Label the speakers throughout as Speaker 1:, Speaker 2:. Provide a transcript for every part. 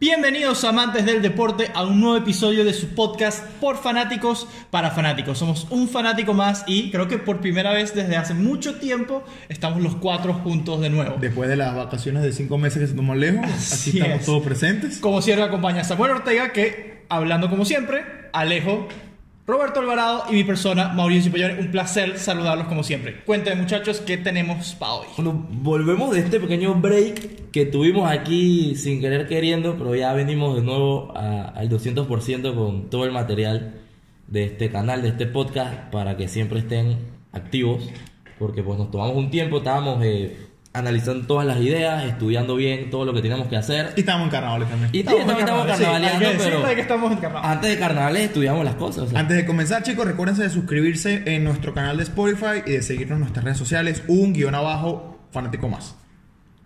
Speaker 1: Bienvenidos amantes del deporte a un nuevo episodio de su podcast por fanáticos para fanáticos. Somos un fanático más y creo que por primera vez desde hace mucho tiempo estamos los cuatro juntos de nuevo.
Speaker 2: Después de las vacaciones de cinco meses que se tomó lejos,
Speaker 1: Así
Speaker 2: aquí estamos
Speaker 1: es.
Speaker 2: todos presentes.
Speaker 1: Como siempre acompaña Samuel Ortega que hablando como siempre, Alejo, Roberto Alvarado y mi persona Mauricio Cipollone. Un placer saludarlos como siempre. Cuéntenme muchachos qué tenemos para hoy.
Speaker 3: Bueno, volvemos de este pequeño break que tuvimos aquí sin querer queriendo, pero ya venimos de nuevo a- al 200% con todo el material de este canal, de este podcast, para que siempre estén activos, porque pues nos tomamos un tiempo, estábamos eh, analizando todas las ideas, estudiando bien todo lo que teníamos que hacer.
Speaker 2: Y estamos en carnavales también.
Speaker 3: Y también estamos
Speaker 1: en carnaval, sí, hay que
Speaker 3: carnavaleando,
Speaker 1: decirlo, hay que
Speaker 3: pero
Speaker 1: estamos en carnaval.
Speaker 3: antes de carnavales estudiamos las cosas. o sea,
Speaker 2: Antes de comenzar, chicos, recuérdense de suscribirse en nuestro canal de Spotify y de seguirnos en nuestras redes sociales, un guión abajo, fanático más.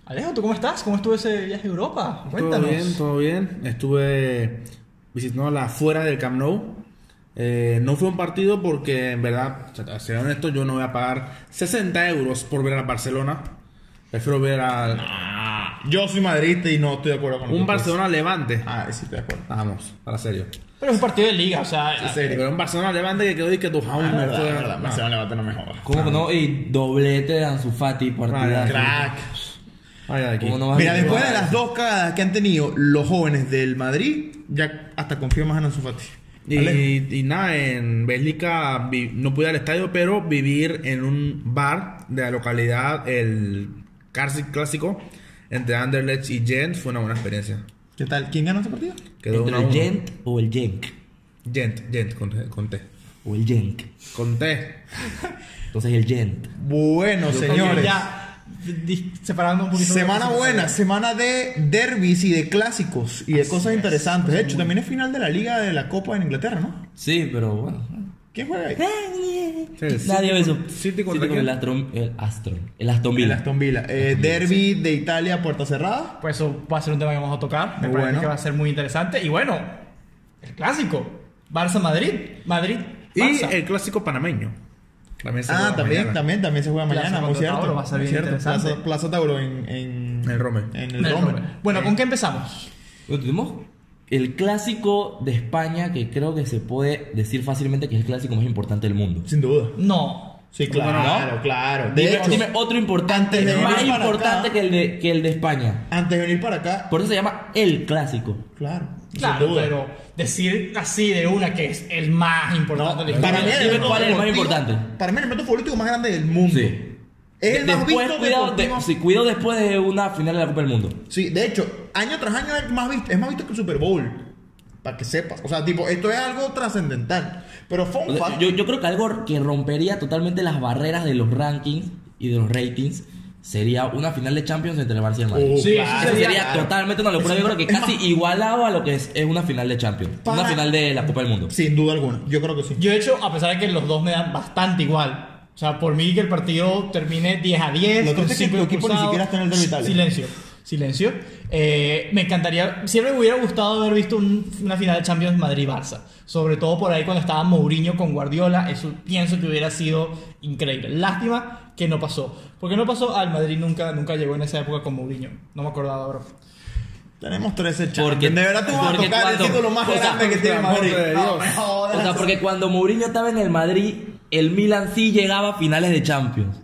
Speaker 1: Alejo, ¿tú cómo estás? ¿Cómo estuvo ese viaje a Europa?
Speaker 4: Todo
Speaker 1: Cuéntanos.
Speaker 4: bien, todo bien. Estuve visitando la fuera del Camp Nou. Eh, no fue un partido porque, en verdad, para ser honesto, yo no voy a pagar 60 euros por ver a Barcelona. Prefiero ver
Speaker 2: Ah,
Speaker 4: a
Speaker 2: Yo soy madridista y no estoy de acuerdo con lo que
Speaker 4: un
Speaker 2: tú dices.
Speaker 4: Barcelona Levante.
Speaker 2: Ah, sí, estoy de acuerdo.
Speaker 4: Vamos, para serio.
Speaker 1: Pero es un partido de liga, o sea,
Speaker 2: En serio.
Speaker 4: Pero un Barcelona Levante que quedó y que tu jaun
Speaker 2: Ah, verdad, verdad. Barcelona levanta no me jodas.
Speaker 3: ¿Cómo que no? Y doblete de Ansu Fati, partidazo.
Speaker 2: Crack.
Speaker 4: Vaya de aquí.
Speaker 3: ¿Cómo no vas a
Speaker 2: Mira,
Speaker 3: decir
Speaker 2: después
Speaker 3: nada?
Speaker 2: de las dos cagadas que han tenido los jóvenes del Madrid, ya hasta confío más en Ansu Fati. ¿Vale?
Speaker 4: Y, y nada, en Bélgica vi- no pude ir al estadio, pero vivir en un bar de la localidad, el Carsi- Clásico, entre Anderlecht y Gent, fue una buena experiencia.
Speaker 2: ¿Qué tal? ¿Quién ganó este partido?
Speaker 4: Quedó
Speaker 3: ¿Entre
Speaker 4: uno a
Speaker 3: el
Speaker 4: uno.
Speaker 3: Gent o el Genk?
Speaker 4: Gent, Gent, con, con T.
Speaker 3: O el Genk.
Speaker 4: Con T.
Speaker 3: Entonces el Gent.
Speaker 2: Bueno,
Speaker 1: Ok,
Speaker 2: señores.
Speaker 1: ya di- separando un poquito. eh,
Speaker 2: Semana buena, semana de derbis y de clásicos y de cosas interesantes. De hecho, también es final de la Liga de la Copa en Inglaterra, ¿no?
Speaker 3: Sí, pero bueno.
Speaker 2: ¿Quién juega ahí?
Speaker 4: Sí,
Speaker 3: Nadie ve eso.
Speaker 4: City contra
Speaker 3: City
Speaker 4: quién?
Speaker 3: el Astron. El Astron. El Aston
Speaker 2: El
Speaker 3: Villa.
Speaker 2: Aston Villa. Eh, derby de Italia, a puerta cerrada.
Speaker 1: Pues eso va a ser un tema que vamos a tocar. Me
Speaker 2: Muy
Speaker 1: parece
Speaker 2: bueno.
Speaker 1: que va a ser muy interesante. Y bueno, el clásico. Barça-Madrid. Madrid.
Speaker 4: Y
Speaker 1: Barça.
Speaker 4: el Clásico panameño. También se
Speaker 2: Ah,
Speaker 4: juega
Speaker 2: también,
Speaker 4: mañana.
Speaker 2: también, también se juega
Speaker 1: Plaza
Speaker 2: mañana, muy
Speaker 1: contra
Speaker 2: cierto.
Speaker 1: Tauro, va a ser
Speaker 2: muy
Speaker 1: bien
Speaker 2: cierto.
Speaker 1: interesante.
Speaker 2: Plaza, Plaza Tauro en, en,
Speaker 4: En el Rome.
Speaker 2: En el
Speaker 1: El
Speaker 2: Rome.
Speaker 1: Roma. Bueno, ¿con qué empezamos?
Speaker 3: Bueno, Tenemos el clásico de España que creo que se puede decir fácilmente que es el clásico más importante del mundo.
Speaker 2: Sin duda.
Speaker 1: No.
Speaker 2: Sí,
Speaker 3: ¿Cómo
Speaker 2: claro,
Speaker 3: Pues no?
Speaker 2: claro. De
Speaker 3: Dime,
Speaker 2: hecho,
Speaker 3: dime otro importante.
Speaker 2: antes de
Speaker 3: más
Speaker 2: venir para
Speaker 3: importante
Speaker 2: acá-
Speaker 3: que el, de, que el de España.
Speaker 2: antes de venir para acá,
Speaker 3: Por eso se llama el clásico.
Speaker 2: claro, sin
Speaker 1: Claro,
Speaker 2: duda.
Speaker 1: pero decir así de una que es el más importante de la
Speaker 2: para
Speaker 1: historia.
Speaker 2: mí
Speaker 3: Dime
Speaker 2: evento
Speaker 3: cuál es el más
Speaker 2: deportivo-
Speaker 3: importante.
Speaker 2: Para mí el evento futbolístico más grande del mundo.
Speaker 3: Sí.
Speaker 2: Es el
Speaker 3: De-
Speaker 2: más
Speaker 3: después,
Speaker 2: visto
Speaker 3: cuidado,
Speaker 2: deportivo.
Speaker 3: de- sí, cuidado después de una final de la Copa del Mundo.
Speaker 2: Sí, de hecho, año tras año es más visto, es más visto que el Super Bowl. Para que sepas. O sea, tipo, esto es algo trascendental. Pero
Speaker 3: O
Speaker 2: fun
Speaker 3: sea,
Speaker 2: fact,
Speaker 3: yo, yo creo que algo que rompería totalmente las barreras de los rankings y de los ratings sería una final de Champions entre el Barça y el Madrid.
Speaker 2: Oh,
Speaker 1: Sí,
Speaker 3: Eso
Speaker 1: claro.
Speaker 3: sería totalmente una locura. Yo creo que
Speaker 2: es
Speaker 3: casi igualado a lo que es, es una final de Champions.
Speaker 2: Para-
Speaker 3: Una final de la Copa del Mundo.
Speaker 2: Sin duda alguna. Yo creo que sí.
Speaker 1: Yo, de hecho, a pesar de que los dos me dan bastante igual. O sea, por mí que el partido termine 10 a 10.
Speaker 2: Lo
Speaker 1: con
Speaker 2: triste es que
Speaker 1: cinco
Speaker 2: tu equipo ni
Speaker 1: expulsados.
Speaker 2: siquiera está en el ¿eh? derbi de Italia.
Speaker 1: Silencio, silencio. Eh, me encantaría, siempre me hubiera gustado haber visto un- una final de Champions Madrid-Barça. Sobre todo por ahí cuando estaba Mourinho con Guardiola. Eso pienso que hubiera sido increíble. Lástima que no pasó. Porque no pasó al Madrid nunca, nunca llegó en esa época con Mourinho. No me acordaba ahora.
Speaker 2: Tenemos 13
Speaker 3: Porque-
Speaker 2: champions. De verdad tú vas a
Speaker 3: porque
Speaker 2: tocar el
Speaker 3: cuando-
Speaker 2: título más
Speaker 3: o sea,
Speaker 2: grande que tiene
Speaker 4: por amor
Speaker 2: Madrid.
Speaker 4: de
Speaker 2: No,
Speaker 4: Dios.
Speaker 2: me jodas.
Speaker 3: O sea, porque cuando Mourinho estaba en el Madrid, el Milan sí llegaba a finales de Champions.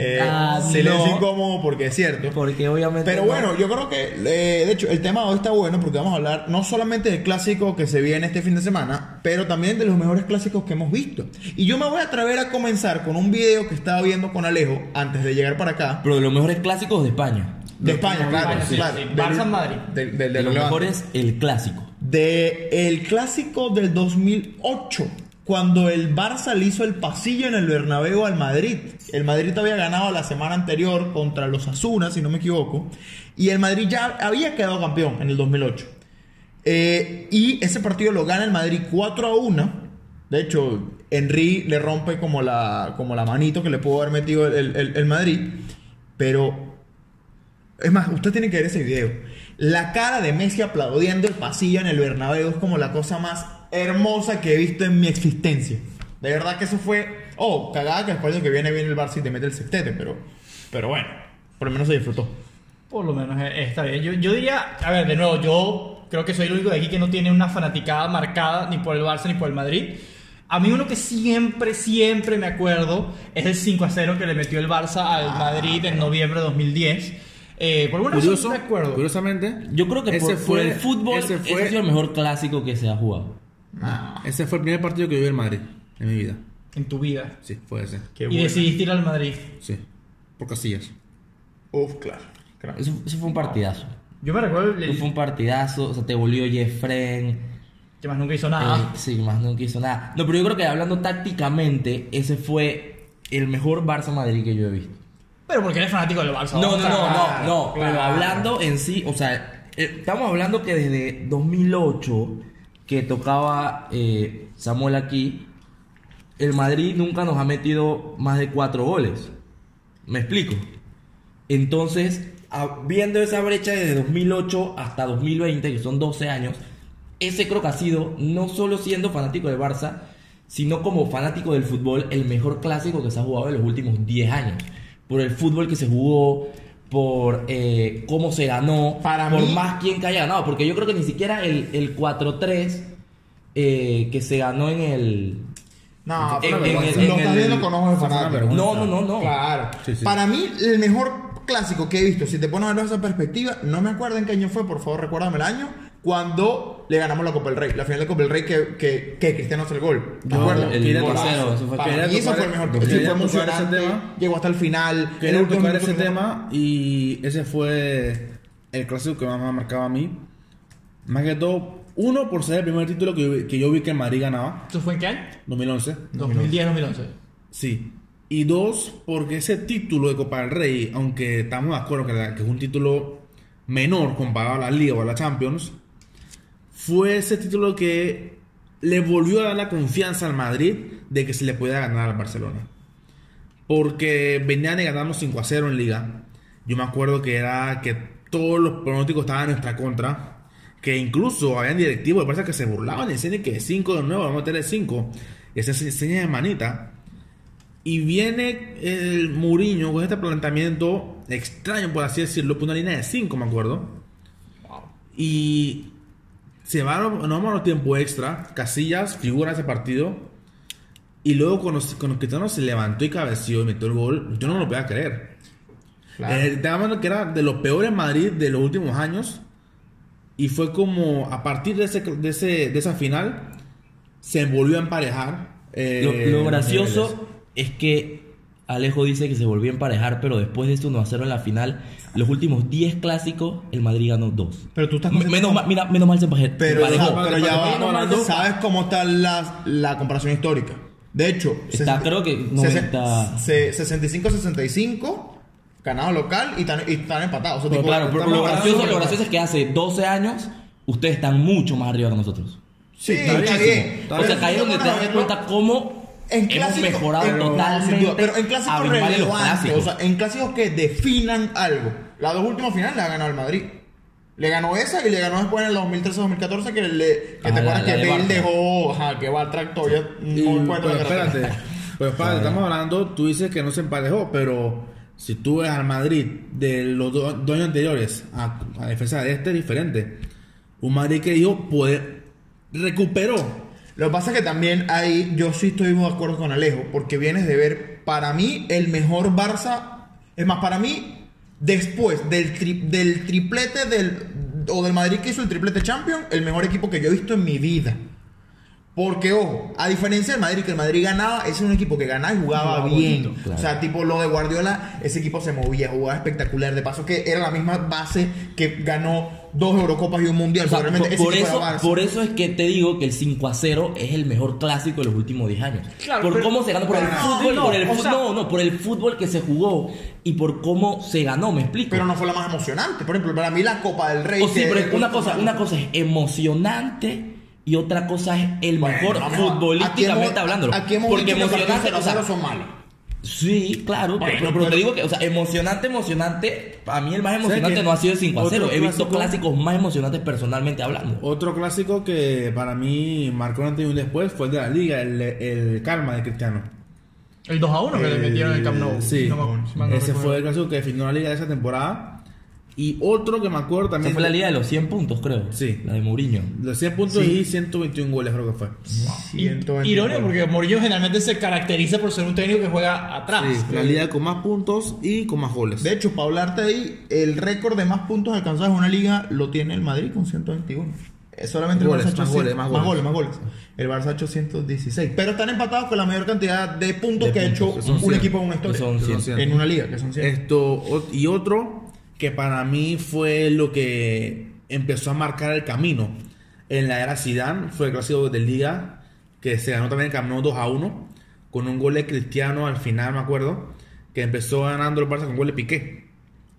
Speaker 2: Eh,
Speaker 3: Ah,
Speaker 2: silencio
Speaker 3: no.
Speaker 2: incómodo porque es cierto.
Speaker 3: Porque obviamente.
Speaker 2: Pero
Speaker 3: no.
Speaker 2: bueno, yo creo que, eh, de hecho, el tema de hoy está bueno porque vamos a hablar no solamente del clásico que se viene este fin de semana, pero también de los mejores clásicos que hemos visto. Y yo me voy a atrever a comenzar con un video que estaba viendo con Alejo antes de llegar para acá.
Speaker 3: Pero de los mejores clásicos de España.
Speaker 2: De España, claro.
Speaker 1: España, sí,
Speaker 2: claro.
Speaker 1: sí.
Speaker 2: Del-
Speaker 1: Barça-Madrid.
Speaker 2: del- del-
Speaker 3: De
Speaker 2: del
Speaker 3: los
Speaker 2: Levante.
Speaker 3: mejores, el clásico.
Speaker 2: De el clásico del 2008, cuando el Barça le hizo el pasillo en el Bernabéu al Madrid. El Madrid había ganado la semana anterior contra los Asuna, si no me equivoco, y el Madrid ya había quedado campeón en el 2008. Eh, y ese partido lo gana el Madrid 4 a 1. De hecho, Henry le rompe como la, como la manito que le pudo haber metido el- el- el Madrid. Pero es más, usted tiene que ver ese video. La cara de Messi aplaudiendo el pasillo en el Bernabéu es como la cosa más hermosa que he visto en mi existencia. De verdad que eso fue. Oh, cagada que después de lo que viene viene el Barça y te mete el sextete, pero, pero bueno, por lo menos se disfrutó.
Speaker 1: Por lo menos eh, está bien. Yo, yo diría, a ver, de nuevo, yo creo que soy el único de aquí que no tiene una fanaticada marcada ni por el Barça ni por el Madrid. A mí uno que siempre, siempre me acuerdo es el 5 a 0 que le metió el Barça al
Speaker 3: Ah,
Speaker 1: Madrid en noviembre de 2010. Eh, por alguna
Speaker 4: Curioso,
Speaker 1: razón me acuerdo.
Speaker 4: curiosamente,
Speaker 3: Yo creo que
Speaker 4: ese
Speaker 3: por, por
Speaker 4: fue-
Speaker 3: el fútbol
Speaker 4: ese
Speaker 3: ese,
Speaker 4: fue-
Speaker 3: ha sido el mejor clásico que se ha jugado.
Speaker 2: Ah,
Speaker 4: ese fue el primer partido que yo vi en Madrid en mi vida.
Speaker 1: En tu vida.
Speaker 4: Sí, fue ese.
Speaker 2: Qué
Speaker 1: y
Speaker 2: bueno.
Speaker 1: decidiste ir al Madrid.
Speaker 4: Sí, por casillas.
Speaker 2: Uf, claro. claro.
Speaker 3: Eso, eso fue un partidazo.
Speaker 1: Yo me recuerdo el-
Speaker 3: Eso fue un partidazo, o sea, te volvió Jeffren.
Speaker 1: que más nunca hizo nada.
Speaker 3: Eh, sí, más nunca hizo nada. No, pero yo creo que hablando tácticamente, ese fue el mejor Barça Madrid que yo he visto.
Speaker 1: Pero porque eres fanático del Barça.
Speaker 3: No, no,
Speaker 1: vamos
Speaker 3: no,
Speaker 1: a-
Speaker 3: no, no. Pero
Speaker 1: claro.
Speaker 3: hablando en sí, o sea, eh, estamos hablando que desde 2008 que tocaba eh, Samuel aquí, el Madrid nunca nos ha metido más de cuatro goles. ¿Me explico? Entonces, a- viendo esa brecha desde 2008 hasta 2020, que son 12 años, ese creo que ha sido, no solo siendo fanático del Barça, sino como fanático del fútbol, el mejor clásico que se ha jugado en los últimos 10 años. Por el fútbol que se jugó, por eh, cómo se ganó,
Speaker 2: Para
Speaker 3: por
Speaker 2: mí-
Speaker 3: más quien que haya ganado. Porque yo creo que ni siquiera el, el 4-3 eh, que se ganó en el...
Speaker 2: No,
Speaker 3: En-
Speaker 2: pero
Speaker 3: en-
Speaker 2: lo
Speaker 3: en- en
Speaker 2: estás
Speaker 3: el-
Speaker 2: viendo con ojos de
Speaker 4: Fue una
Speaker 2: fanático.
Speaker 4: vergüenza.
Speaker 3: No, no, no, no.
Speaker 2: Claro.
Speaker 4: Sí, sí.
Speaker 2: Para mí, el mejor clásico que he visto, si te pones a verlo desde esa perspectiva, no me acuerdo en qué año fue, por favor, recuérdame el año, cuando le ganamos la Copa del Rey, la final de Copa del Rey que, que, que Cristiano hace el gol. ¿Te
Speaker 3: Ah,
Speaker 2: acuerdas?
Speaker 3: el
Speaker 4: Quería
Speaker 3: golazo.
Speaker 4: tocar-
Speaker 3: Eso fue-
Speaker 2: Para
Speaker 4: quería
Speaker 2: mí eso
Speaker 4: tocar-
Speaker 2: fue el mejor. Sí,
Speaker 4: quería
Speaker 2: fue
Speaker 4: tocar ese
Speaker 2: emocionante.
Speaker 4: tema.
Speaker 2: Llegó hasta el final. el
Speaker 4: Quería
Speaker 2: último
Speaker 4: tocar
Speaker 2: minuto
Speaker 4: ese
Speaker 2: que-
Speaker 4: tema y ese fue el clásico que más me ha marcado a mí. Más que todo, uno por ser el primer título que yo, vi- que yo vi que el Madrid ganaba,
Speaker 1: ¿Eso fue en qué año?
Speaker 4: 2011.
Speaker 1: 2010, 2011.
Speaker 4: Sí. Y dos, porque ese título de Copa del Rey, aunque estamos de acuerdo que, la- que es un título menor comparado a la Liga o a la Champions, fue ese título que le volvió a dar la confianza al Madrid de que se le podía ganar al Barcelona. Porque venían de ganarnos 5 a 0 en Liga. Yo me acuerdo que era que todos los pronósticos estaban en nuestra contra. Que incluso habían directivos de Barça que se burlaban y decían de que 5 de nuevo, vamos a tener 5. Y esas señas de manita. Y viene el Mourinho con este planteamiento extraño, por así decirlo, por una línea de 5, me acuerdo. Y se va a lo- nos vamos a los tiempo extra. Casillas figura ese partido. Y luego cuando, se- cuando Cristiano se levantó y cabeció y metió el gol, yo no me lo podía creer.
Speaker 2: Claro.
Speaker 4: Eh, estaba hablando que era de los peores Madrid de los últimos años. Y fue como a partir de, ese, de, ese- de esa final se volvió a emparejar. eh,
Speaker 3: Lo, lo
Speaker 4: los niveles.
Speaker 3: gracioso es que Alejo dice que se volvió a emparejar, pero después de esto 1 a 0 en la final, los últimos 10 clásicos, el Madrid ganó 2.
Speaker 2: Pero tú estás
Speaker 3: Menos mal, mira, menos mal se empaje-
Speaker 2: Pero,
Speaker 3: emparejó.
Speaker 2: pero ya va,
Speaker 4: Pero las dos-
Speaker 2: ¿sabes cómo está la, la comparación histórica? De hecho,
Speaker 3: Está, creo que 90.
Speaker 2: se- 65-65, ganado local y están, y están empatados. O sea,
Speaker 3: Pero
Speaker 2: tipo,
Speaker 3: claro, pero
Speaker 2: estamos
Speaker 3: lo
Speaker 2: hablando
Speaker 3: gracioso,
Speaker 2: de-
Speaker 3: lo gracioso es que hace 12 años ustedes están mucho más arriba que nosotros.
Speaker 2: Sí,
Speaker 4: está
Speaker 2: está
Speaker 4: bien,
Speaker 2: bien.
Speaker 3: O sea, que ahí es donde te das cuenta cómo
Speaker 2: En
Speaker 3: hemos
Speaker 2: clásicos,
Speaker 3: mejorado
Speaker 2: en-
Speaker 3: totalmente.
Speaker 2: sin duda, pero en
Speaker 3: a
Speaker 2: clásicos
Speaker 3: Bisbal y los
Speaker 2: relevantes,
Speaker 3: clásicos.
Speaker 2: o sea, en clásicos que definan algo. Las dos últimas finales la ha ganado el Madrid. Le ganó esa y le ganó después en el 2013-2014 que, le, que te
Speaker 3: Ah, la-
Speaker 2: acuerdas
Speaker 3: la
Speaker 2: que
Speaker 3: de
Speaker 2: Bale
Speaker 3: Bartra.
Speaker 2: dejó, ajá, que Bartra todavía
Speaker 4: Y-
Speaker 2: no encuentra
Speaker 4: pero
Speaker 2: la carretera.
Speaker 4: espérate, pero espérate, estamos hablando, tú dices que no se emparejó, pero si tú ves al Madrid de los do- dos años anteriores a, a defensa de este es diferente. Un Madrid que dijo poder recuperó.
Speaker 2: Lo que pasa es que también ahí yo sí estoy muy de acuerdo con Alejo, porque vienes de ver, para mí, el mejor Barça. Es más, para mí, después del, tri- del triplete del. O del Madrid que hizo el triplete champion, el mejor equipo que yo he visto en mi vida. Porque, ojo, a diferencia del Madrid, que el Madrid ganaba, ese es un equipo que ganaba y jugaba
Speaker 1: Jugaba
Speaker 2: bien.
Speaker 1: bonito,
Speaker 3: claro.
Speaker 2: O sea, tipo lo de Guardiola, ese equipo se movía, jugaba espectacular. De paso, que era la misma base que ganó dos Eurocopas y un Mundial.
Speaker 3: O sea,
Speaker 2: Realmente
Speaker 3: por,
Speaker 2: ese
Speaker 3: por
Speaker 2: equipo
Speaker 3: eso,
Speaker 2: era Barça.
Speaker 3: por eso es que te digo que el 5 a 0 es el mejor clásico de los últimos 10 años.
Speaker 1: Claro,
Speaker 3: por
Speaker 1: pero-
Speaker 3: cómo se ganó, por el
Speaker 1: pero no,
Speaker 3: fútbol,
Speaker 1: no,
Speaker 3: por el
Speaker 1: o
Speaker 3: fut-
Speaker 1: sea-
Speaker 3: no, no, por el fútbol que se jugó y por cómo se ganó, me explico.
Speaker 2: Pero no fue la más emocionante. Por ejemplo, para mí la Copa del Rey.
Speaker 3: o Oh, sí,
Speaker 2: que-
Speaker 3: pero una cosa, una cosa es emocionante y otra cosa es el
Speaker 2: Bueno,
Speaker 3: mejor
Speaker 2: vamos a-
Speaker 3: futbolísticamente
Speaker 2: aquí hemos-
Speaker 3: hablando.
Speaker 2: Aquí hemos
Speaker 3: Porque
Speaker 2: dicho que los partidos
Speaker 3: emocionante, o sea,
Speaker 2: cero son malos.
Speaker 3: Sí, claro,
Speaker 2: Bueno,
Speaker 3: pero, pero
Speaker 2: pero-
Speaker 3: te digo que, o sea, emocionante, emocionante. A mí el más emocionante
Speaker 4: que
Speaker 3: no ha sido el 5 a
Speaker 4: otro
Speaker 3: 0. He visto
Speaker 4: clásico-
Speaker 3: clásicos más emocionantes personalmente hablando.
Speaker 4: Otro clásico que para mí marcó un antes y un después fue el de la liga, el, el Karma de Cristiano.
Speaker 1: El 2 a 1 que le
Speaker 4: El-
Speaker 1: metieron en el Camp
Speaker 3: Eh,
Speaker 1: Nou.
Speaker 4: Sí,
Speaker 1: No me acuerdo, si mal no
Speaker 4: ese
Speaker 1: recuerdo.
Speaker 4: fue el clásico que definió la liga de esa temporada. Y otro que me acuerdo
Speaker 3: Esa
Speaker 4: también.
Speaker 3: fue la liga de los 100 puntos, creo.
Speaker 4: Sí.
Speaker 3: La de Mourinho.
Speaker 4: Los 100 puntos y 121 goles, creo que fue.
Speaker 1: Y- Irónico porque Mourinho generalmente se caracteriza por ser un técnico que juega atrás.
Speaker 4: Sí, la liga con más puntos y con más goles.
Speaker 2: De hecho, para hablarte ahí, el récord de más puntos alcanzados en una liga lo tiene el Madrid con 121. Eh, Solamente
Speaker 4: Goles,
Speaker 2: el Barça ha hecho
Speaker 4: más goles,
Speaker 2: 100,
Speaker 4: más
Speaker 2: más
Speaker 4: goles.
Speaker 2: goles, más goles. El Barça ha hecho 116. Pero están empatados con la mayor cantidad de puntos que ha
Speaker 3: De puntos, que
Speaker 2: hecho
Speaker 3: son
Speaker 2: un
Speaker 3: 100,
Speaker 2: equipo en una historia.
Speaker 3: que son
Speaker 4: Que son
Speaker 3: 100.
Speaker 2: En una liga, que son 100.
Speaker 4: Esto, o- y otro que para mí fue lo que empezó a marcar el camino en la era Zidane fue el clásico de liga que se ganó también el Camp Nou 2 a 1 con un gol de Cristiano al final me acuerdo que empezó ganando el Barça con gol de Piqué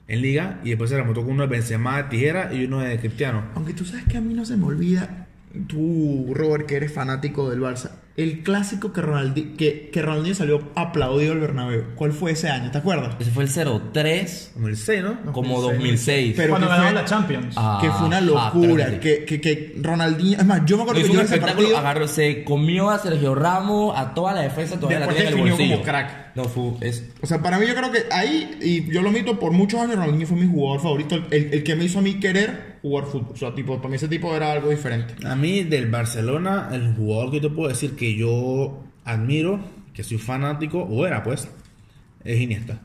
Speaker 4: en liga y después se remontó con uno de Benzema de tijera y uno de Cristiano
Speaker 2: Aunque tú sabes que a mí no se me olvida, tú, Robert, que eres fanático del Barça, el clásico que, Ronaldi- que, que Ronaldinho salió aplaudido al Bernabéu. ¿Cuál fue ese año? ¿Te acuerdas?
Speaker 3: Ese fue el 03,
Speaker 4: como el 6 ¿no?
Speaker 3: como
Speaker 2: 2006.
Speaker 3: 2006.
Speaker 2: Pero
Speaker 1: Cuando
Speaker 2: que
Speaker 1: ganaron
Speaker 2: fue-
Speaker 1: la Champions.
Speaker 3: Ah,
Speaker 2: que fue una
Speaker 3: ah,
Speaker 2: locura.
Speaker 3: espérate.
Speaker 2: que, que, que Ronaldinho. Es más, yo me acuerdo
Speaker 3: Hizo
Speaker 2: que
Speaker 3: un
Speaker 2: yo en ese
Speaker 3: espectáculo,
Speaker 2: partido.
Speaker 3: agarró, se comió a Sergio Ramos, a toda la defensa, todavía
Speaker 2: Después
Speaker 3: la tenía en el
Speaker 2: definió
Speaker 3: bolsillo.
Speaker 2: como crack.
Speaker 3: No, fue, es,
Speaker 2: O sea, para mí yo creo que ahí, y yo lo mito por muchos años, Ronaldinho fue mi jugador favorito, el, el- el que me hizo a mí querer jugar fútbol. O sea, tipo, para mí ese tipo era algo diferente.
Speaker 4: A mí del Barcelona, el jugador que te puedo decir que yo admiro, que soy fanático, o era pues, es Iniesta.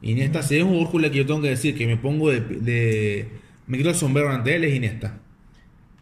Speaker 4: Iniesta, si es un jugador Julia, que yo tengo que decir que me pongo de, de- Me quito el sombrero ante él, es Iniesta.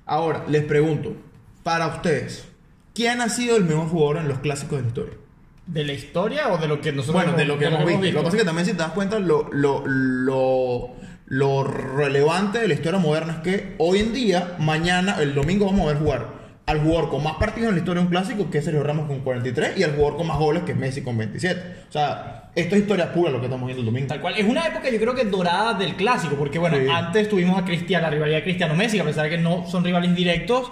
Speaker 2: Ahora, les pregunto, para ustedes, ¿quién ha sido el mejor jugador en los clásicos de la historia?
Speaker 1: ¿De la historia o de lo que nosotros
Speaker 2: Bueno, de lo que hemos visto. Lo que pasa es que también si te das cuenta, lo, lo, lo, lo relevante de la historia moderna es que hoy en día, mañana, el domingo vamos a ver jugar al jugador con más partidos en la historia de un clásico, que es Sergio Ramos con 43, y al jugador con más goles, que es Messi con 27. O sea, esto es historia pura lo que estamos viendo el domingo.
Speaker 1: Tal cual. Es una época, yo creo que dorada del clásico, porque bueno,
Speaker 2: Sí.
Speaker 1: antes tuvimos a Cristiano, la rivalidad de Cristiano Messi, que a pesar de que no son rivales directos,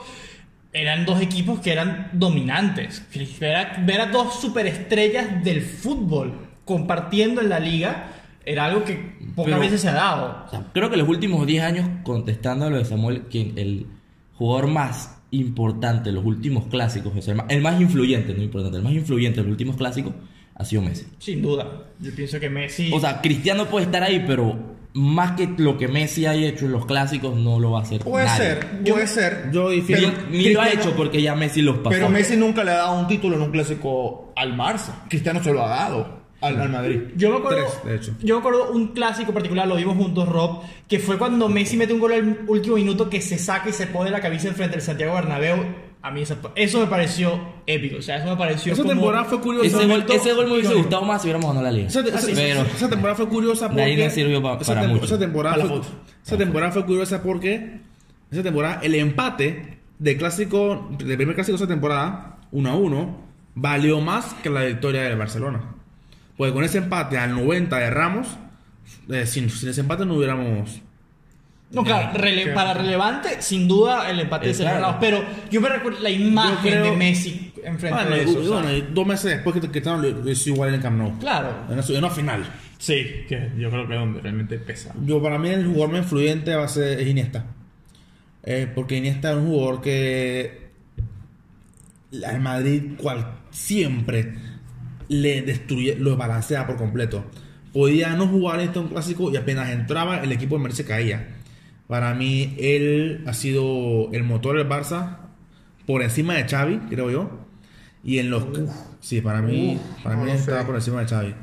Speaker 1: eran dos equipos que eran dominantes. Ver a, ver a dos superestrellas del fútbol compartiendo en la liga era algo que pocas
Speaker 3: Pero-
Speaker 1: veces se ha dado.
Speaker 3: o sea, creo que los últimos 10 años, contestando a lo de Samuel, quien el jugador más importante, los últimos clásicos, o sea, el más, el más influyente, no importante, el más influyente de los últimos clásicos ha sido Messi.
Speaker 1: Sin duda. Yo pienso que Messi.
Speaker 3: O sea, Cristiano puede estar ahí, pero más que lo que Messi ha hecho en los clásicos, no lo va a hacer.
Speaker 2: Puede
Speaker 3: nadie.
Speaker 2: ser,
Speaker 4: Yo-
Speaker 2: puede ser.
Speaker 4: yo
Speaker 3: Ni-
Speaker 4: difiero.
Speaker 2: Pero
Speaker 3: ni lo ha
Speaker 2: Cristiano-
Speaker 3: hecho porque ya Messi los pasó.
Speaker 2: Pero Messi nunca le ha dado un título en un clásico al Barça. Cristiano se lo ha dado al, al Madrid.
Speaker 1: Yo me acuerdo,
Speaker 4: Tres, de hecho.
Speaker 1: yo me acuerdo un clásico particular, lo vimos juntos, Rob, que fue cuando Messi mete un gol al último minuto que se saca y se pone la camisa enfrente del Santiago Bernabéu. A mí esa- eso me pareció épico, o sea, eso me pareció
Speaker 4: Esa
Speaker 1: como-
Speaker 4: temporada fue curiosa.
Speaker 3: ese, gol,
Speaker 4: momento-
Speaker 3: ese gol me hubiese gustado más si hubiéramos ganado la liga.
Speaker 4: Esa, esa- esa-
Speaker 3: pero
Speaker 4: esa temporada fue curiosa
Speaker 3: De
Speaker 4: porque.
Speaker 3: ahí no sirvió pa-
Speaker 4: esa
Speaker 3: para
Speaker 4: tempo-
Speaker 3: mucho.
Speaker 4: Esa
Speaker 2: Para
Speaker 4: temporada, fue,
Speaker 2: foto.
Speaker 4: esa temporada fue curiosa porque. Esa temporada, el empate de clásico, del primer clásico de esa temporada, 1 a 1, valió más que la victoria del Barcelona. Porque con ese empate al 90 de Ramos, eh, sin, sin ese empate no hubiéramos.
Speaker 1: No, claro, rele- para relevante, sin duda, el empate de
Speaker 3: Eh,
Speaker 1: Sergio
Speaker 3: claro.
Speaker 1: Ramos, pero yo me recuerdo la imagen
Speaker 4: creo-
Speaker 1: de Messi enfrente
Speaker 4: Bueno,
Speaker 1: de
Speaker 4: y-
Speaker 1: eso. o sea,
Speaker 4: bueno, y dos meses después que Cristiano lo lo hizo igual en el Camp Nou.
Speaker 1: Claro.
Speaker 4: En una, en una final.
Speaker 2: Sí, que yo creo que es donde realmente pesa.
Speaker 4: Yo para mí el jugador más influyente va a ser es Iniesta. Eh, porque Iniesta es un jugador que al Madrid cual siempre le destruye, lo balancea por completo. Podía no jugar este un clásico y apenas entraba el equipo del Madrid se caía. Para mí él ha sido el motor del Barça por encima de Xavi, creo yo. Y en los sí, para mí para
Speaker 2: no
Speaker 4: mí
Speaker 2: lo sé.
Speaker 4: estaba por encima de Xavi.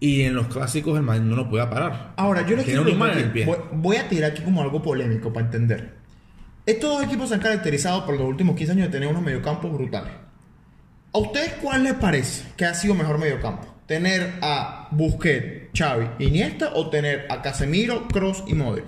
Speaker 4: Y en los clásicos el Madrid no lo podía parar.
Speaker 2: Ahora, yo les quiero
Speaker 4: Tiene un imán en el
Speaker 2: preguntar
Speaker 4: pie.
Speaker 2: aquí, voy, voy a tirar aquí como algo polémico para entender. Estos dos equipos se han caracterizado por los últimos 15 años de tener unos mediocampos brutales. ¿A ustedes cuál les parece que ha sido mejor mediocampo? ¿Tener a Busquets, Xavi, Iniesta o tener a Casemiro, Cross y Modric?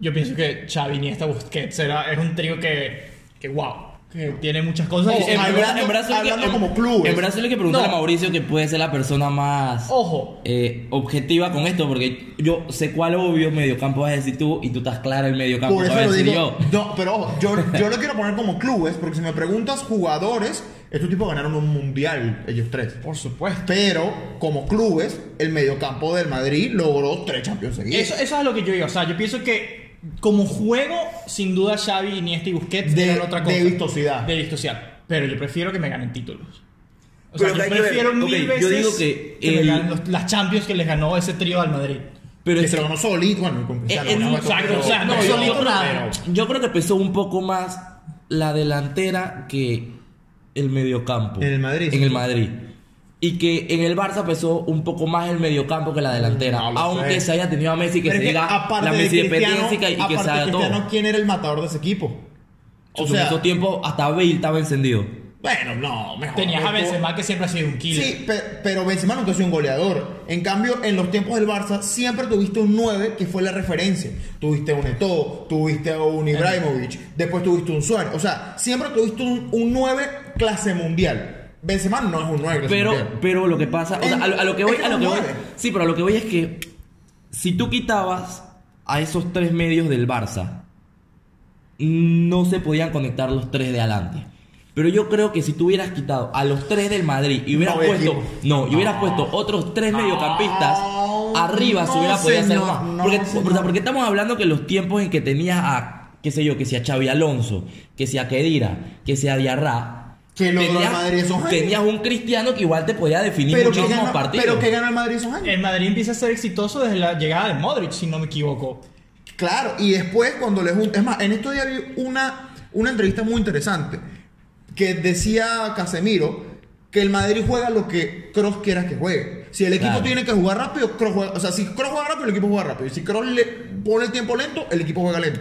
Speaker 1: Yo pienso que Xavi, Iniesta, Busquets era, es un trío que, que wow, que tiene muchas cosas.
Speaker 2: Oh,
Speaker 1: Y-
Speaker 3: en,
Speaker 2: hablando-
Speaker 3: Bra- en Brasil hay que-
Speaker 2: hablando
Speaker 3: en-
Speaker 2: como clubes. Oh.
Speaker 3: en Brasil hay que preguntar
Speaker 1: No.
Speaker 3: a Mauricio que puede ser la persona más
Speaker 1: Ojo.
Speaker 3: eh, objetiva con esto, porque yo sé cuál obvio mediocampo vas a decir tú y tú estás clara el mediocampo
Speaker 2: Por
Speaker 3: que
Speaker 2: eso
Speaker 3: vas a
Speaker 2: lo
Speaker 3: decir
Speaker 2: digo.
Speaker 3: yo.
Speaker 2: No, pero ojo, yo, yo lo quiero poner como clubes, porque si me preguntas jugadores, Estos tipos ganaron un mundial, ellos tres.
Speaker 1: Por supuesto.
Speaker 2: Pero, como clubes, el mediocampo del Madrid logró tres Champions seguidos.
Speaker 1: Eso, eso es lo que yo digo. O sea, yo pienso que como juego, sin duda Xavi, Iniesta y Busquets
Speaker 2: De-
Speaker 1: eran otra cosa.
Speaker 2: de vistosidad.
Speaker 1: De vistosidad. Pero yo prefiero que me ganen títulos. O
Speaker 3: Pero
Speaker 1: sea,
Speaker 3: que
Speaker 1: yo
Speaker 3: hay que ver.
Speaker 1: prefiero mil
Speaker 3: Ok, yo
Speaker 1: veces
Speaker 3: digo que
Speaker 1: me
Speaker 3: el-
Speaker 1: ganen los- las Champions que les ganó ese trío al Madrid.
Speaker 3: Pero
Speaker 2: que
Speaker 3: es
Speaker 2: se lo ganó solito, bueno, con Cristiano.
Speaker 3: Eh, eh,
Speaker 2: por supuesto,
Speaker 1: exacto,
Speaker 2: pero-
Speaker 1: o sea, no,
Speaker 2: pero-
Speaker 1: solito
Speaker 2: pero-
Speaker 1: nada.
Speaker 3: Yo creo que pesó un poco más la delantera que el mediocampo.
Speaker 2: En el Madrid, sí.
Speaker 3: En el Madrid. Y que en el Barça pesó un poco más el mediocampo que la delantera.
Speaker 2: No lo
Speaker 3: aunque
Speaker 2: sé.
Speaker 3: se haya tenido a Messi que
Speaker 2: Pero
Speaker 3: se
Speaker 2: es que
Speaker 3: diga
Speaker 2: aparte
Speaker 3: la
Speaker 2: de
Speaker 3: Messi
Speaker 2: Cristiano,
Speaker 3: dependencia y que
Speaker 2: aparte
Speaker 3: se haga
Speaker 2: de
Speaker 3: todo.
Speaker 2: Cristiano, ¿quién era el matador de ese equipo? O
Speaker 3: en
Speaker 2: sea,
Speaker 3: esos tiempos hasta Bale estaba encendido.
Speaker 2: bueno, no, mejor.
Speaker 1: Tenías a
Speaker 2: Esto-
Speaker 1: Benzema que siempre ha sido un killer.
Speaker 2: Sí, pe- pero Benzema nunca ha sido un goleador. En cambio, en los tiempos del Barça siempre tuviste un 9 que fue la referencia. Tuviste un Eto'o, tuviste a un Ibrahimovic, después tuviste un Suárez. O sea, siempre tuviste un, un 9 clase mundial. Benzema no es un 9 clase
Speaker 3: Pero,
Speaker 2: mundial.
Speaker 3: pero lo que pasa, o sea, a, lo- a lo que voy,
Speaker 2: Es que
Speaker 3: a lo
Speaker 2: no
Speaker 3: que voy,
Speaker 2: mueve.
Speaker 3: sí, pero a lo que voy es que si tú quitabas a esos tres medios del Barça, no se podían conectar los tres de adelante. Pero yo creo que si tú hubieras quitado a los tres del Madrid y hubieras
Speaker 2: No,
Speaker 3: puesto,
Speaker 2: equipo.
Speaker 3: no, y hubieras puesto otros tres mediocampistas
Speaker 2: No,
Speaker 3: arriba, se
Speaker 2: no,
Speaker 3: hubiera podido hacer
Speaker 2: señor,
Speaker 3: más.
Speaker 2: no,
Speaker 3: porque, o sea,
Speaker 2: señor.
Speaker 3: porque estamos hablando que los tiempos en que tenías a, qué sé yo, que sea Xavi Alonso, que sea Kedira, que sea Diarra,
Speaker 2: Que logró el Madrid esos años.
Speaker 3: tenías un cristiano que igual te podía definir
Speaker 2: Pero que,
Speaker 3: muchísimos
Speaker 2: gana,
Speaker 3: partidos.
Speaker 2: pero que gana el Madrid esos años.
Speaker 1: El Madrid empieza a ser exitoso desde la llegada de Modric, si no me equivoco.
Speaker 2: Claro, y después cuando le juntan. Es más, en estos días vi una, una entrevista muy interesante que decía Casemiro que el Madrid juega lo que Cross quiera que juegue. Si el equipo
Speaker 3: Claro.
Speaker 2: tiene que jugar rápido, Kroos juega. O sea, si Cross juega rápido, el equipo juega rápido. Y si Cross le pone el tiempo lento, el equipo juega lento.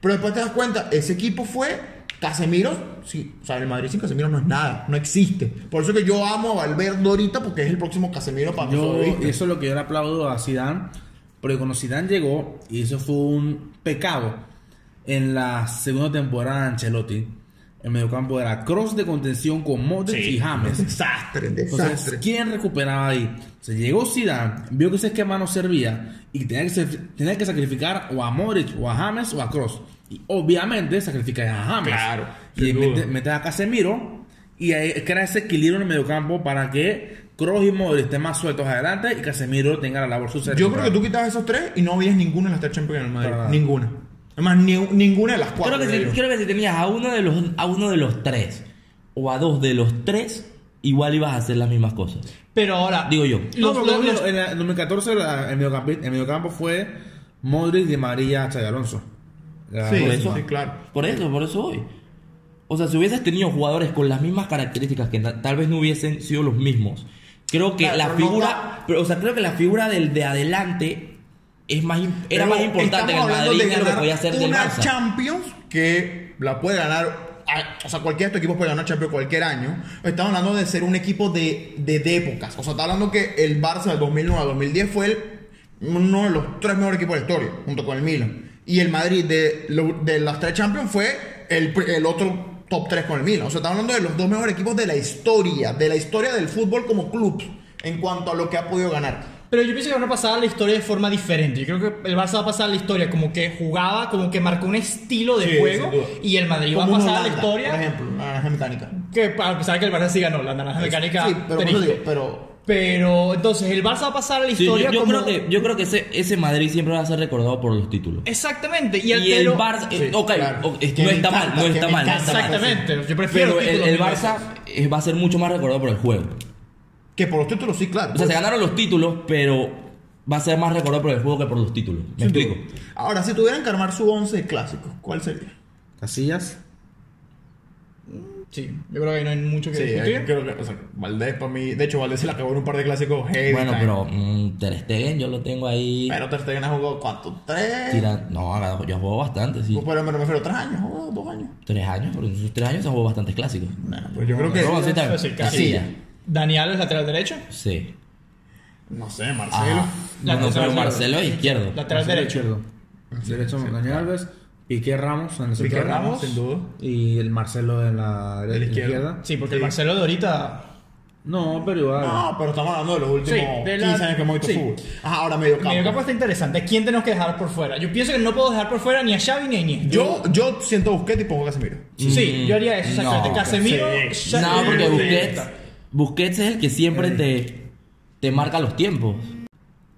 Speaker 2: Pero después te das cuenta, ese equipo fue. Casemiro, sí, o sea, el Madrid sin Casemiro no es nada, no existe. Por eso que yo amo a Valverde ahorita porque es el próximo Casemiro para
Speaker 4: Yo,
Speaker 2: nosotros.
Speaker 4: y eso es lo que yo le aplaudo a Zidane, porque cuando Zidane llegó, y eso fue un pecado, en la segunda temporada de Ancelotti, el mediocampo era cross de contención con Modric y James.
Speaker 2: Desastre, desastre.
Speaker 4: Entonces, ¿quién recuperaba ahí? Se llegó Zidane, vio que ese esquema no servía y tenía que, ser- tenía que sacrificar o a Modric, o a James, o a Cross. Y obviamente sacrificas a James.
Speaker 2: Claro,
Speaker 4: Y
Speaker 3: sin duda.
Speaker 4: metes mete a Casemiro y ahí crea ese equilibrio en el mediocampo para que Cross y Modric estén más sueltos adelante y Casemiro tenga la labor sucia. de
Speaker 2: Yo creo que tú quitabas
Speaker 4: recuperar.
Speaker 2: esos tres y no veías ninguna de las tres Champions en el Madrid.
Speaker 4: Para nada.
Speaker 2: Ninguna. Además, ni, ninguna de las cuatro.
Speaker 3: creo, que
Speaker 2: creo
Speaker 3: si,
Speaker 2: yo.
Speaker 3: creo que si tenías a uno, de los, a uno de los tres o a dos de los tres, igual ibas a hacer las mismas cosas.
Speaker 1: Pero ahora.
Speaker 3: Digo yo.
Speaker 1: los-
Speaker 4: No, porque
Speaker 1: los- los-
Speaker 4: en el 2014 la- el, mediocampi- el mediocampo fue Modric, Di María, Xabi Alonso. La-
Speaker 2: Sí,
Speaker 3: por
Speaker 2: sí,
Speaker 3: eso.
Speaker 2: sí, claro.
Speaker 3: Por eso, por eso hoy. O sea, si hubieses tenido jugadores con las mismas características que ta- tal vez no hubiesen sido los mismos, creo que
Speaker 2: Claro,
Speaker 3: la
Speaker 2: pero no
Speaker 3: figura, pero, o sea, creo que la figura del de adelante es más, im- era
Speaker 2: Pero
Speaker 3: más importante en el
Speaker 2: estamos hablando
Speaker 3: Madrid
Speaker 2: de
Speaker 3: que lo que
Speaker 2: ganar
Speaker 3: podía hacer del
Speaker 2: una
Speaker 3: Barça.
Speaker 2: Champions que la puede ganar. a- O sea, cualquiera de estos equipos puede ganar Champions cualquier año. Estamos hablando de ser un equipo de, de, de épocas. O sea, está hablando que el Barça del 2009 al 2010 fue el- uno de los tres mejores equipos de la historia, junto con el Milan. Y el Madrid de, lo- de las tres Champions fue el, pr- el otro top 3 con el Milan. O sea, está hablando de los dos mejores equipos de la historia, de la historia del fútbol como club, en cuanto a lo que ha podido ganar.
Speaker 1: Pero yo pienso que van a pasar a la historia de forma diferente. Yo creo que el Barça va a pasar a la historia como que jugaba, como que marcó un estilo de
Speaker 2: Sí,
Speaker 1: juego.
Speaker 2: sin duda.
Speaker 1: Y el Madrid va a
Speaker 2: Como un
Speaker 1: pasar a la
Speaker 2: Holanda,
Speaker 1: historia.
Speaker 2: Por ejemplo, la naranja mecánica.
Speaker 1: Que a pesar que el Barça sí ganó la naranja mecánica.
Speaker 2: Sí, pero por eso
Speaker 1: triste.
Speaker 2: digo, pero.
Speaker 1: Pero, entonces el Barça va a pasar a la
Speaker 3: Sí, yo,
Speaker 1: historia
Speaker 3: yo
Speaker 1: como.
Speaker 3: creo que, yo creo que ese, ese Madrid siempre va a ser recordado por los títulos.
Speaker 1: Exactamente. Y,
Speaker 3: Y,
Speaker 1: el,
Speaker 3: el
Speaker 1: pero-
Speaker 3: Barça, eh,
Speaker 2: Sí,
Speaker 3: ok,
Speaker 2: claro.
Speaker 3: ok,
Speaker 2: Que
Speaker 3: no
Speaker 2: me
Speaker 3: está mal,
Speaker 2: encanta,
Speaker 3: no
Speaker 2: que
Speaker 3: está
Speaker 2: me
Speaker 3: mal. no
Speaker 2: encanta.
Speaker 3: está mal.
Speaker 1: Exactamente. Yo prefiero
Speaker 3: Pero el,
Speaker 1: títulos
Speaker 3: el
Speaker 1: mil
Speaker 3: Barça eh, va a ser mucho más recordado por el juego.
Speaker 2: Que por los títulos sí, claro.
Speaker 3: O sea, se ganaron los títulos, pero va a ser más recordado por el juego que por los títulos. ¿Me
Speaker 2: Sin duda.
Speaker 3: explico?
Speaker 2: Ahora, si tuvieran que armar su 11 clásicos, ¿cuál sería?
Speaker 1: veces.
Speaker 4: Casillas.
Speaker 1: Sí, yo creo que no hay mucho que discutir.
Speaker 2: creo que. O sea, Valdés para mí. De hecho, Valdés se la acabó en un par de clásicos heavy.
Speaker 3: Bueno,
Speaker 2: time.
Speaker 3: pero mm, Ter Stegen yo lo tengo ahí.
Speaker 2: Pero eh. Ter Stegen ha jugado cuánto? ¿Tres?
Speaker 3: tira- No, ha- yo juego bastante, sí.
Speaker 2: Pues, Pero me refiero a tres años, ¿no? dos años.
Speaker 3: Tres años, porque en esos tres años se jugó bastantes clásicos.
Speaker 2: Bueno, pues yo creo que.
Speaker 3: No, sí,
Speaker 1: Eso
Speaker 3: también.
Speaker 1: sí,
Speaker 3: Casilla.
Speaker 2: Casilla.
Speaker 1: Daniel es lateral derecho.
Speaker 3: Sí.
Speaker 2: No sé, Marcelo.
Speaker 3: Ajá.
Speaker 1: Lateral
Speaker 3: No, no, pero
Speaker 1: izquierdo.
Speaker 3: Marcelo es izquierdo.
Speaker 1: Lateral derecho.
Speaker 4: izquierdo. Derecho Daniel Alves, Piqué Ramos en el
Speaker 2: Piqué
Speaker 4: sector.
Speaker 2: Ramos, sin duda.
Speaker 4: Y el Marcelo en la,
Speaker 2: De la
Speaker 4: izquierda.
Speaker 2: izquierda.
Speaker 1: Sí, porque
Speaker 2: Sí.
Speaker 1: el Marcelo de ahorita.
Speaker 4: No, pero
Speaker 3: Ah.
Speaker 4: igual.
Speaker 2: No, pero estamos hablando de los últimos
Speaker 1: Sí, de la-
Speaker 2: 15 años que hemos visto
Speaker 1: sí.
Speaker 2: fútbol. Ajá, ahora medio
Speaker 1: El
Speaker 2: campo.
Speaker 1: mediocampo está interesante. ¿Quién tenemos que dejar por fuera? Yo pienso que no puedo dejar por fuera ni a Xavi ni a Iniesta.
Speaker 2: Yo, yo siento Busquets y pongo Casemiro.
Speaker 1: Sí, sí, yo haría eso.
Speaker 3: Mm,
Speaker 1: Exactamente.
Speaker 3: no.
Speaker 1: Casemiro,
Speaker 2: Sí.
Speaker 1: Xavi,
Speaker 3: No, porque
Speaker 1: Iniesta.
Speaker 3: Busquets, Busquets es el que siempre te, te marca los tiempos.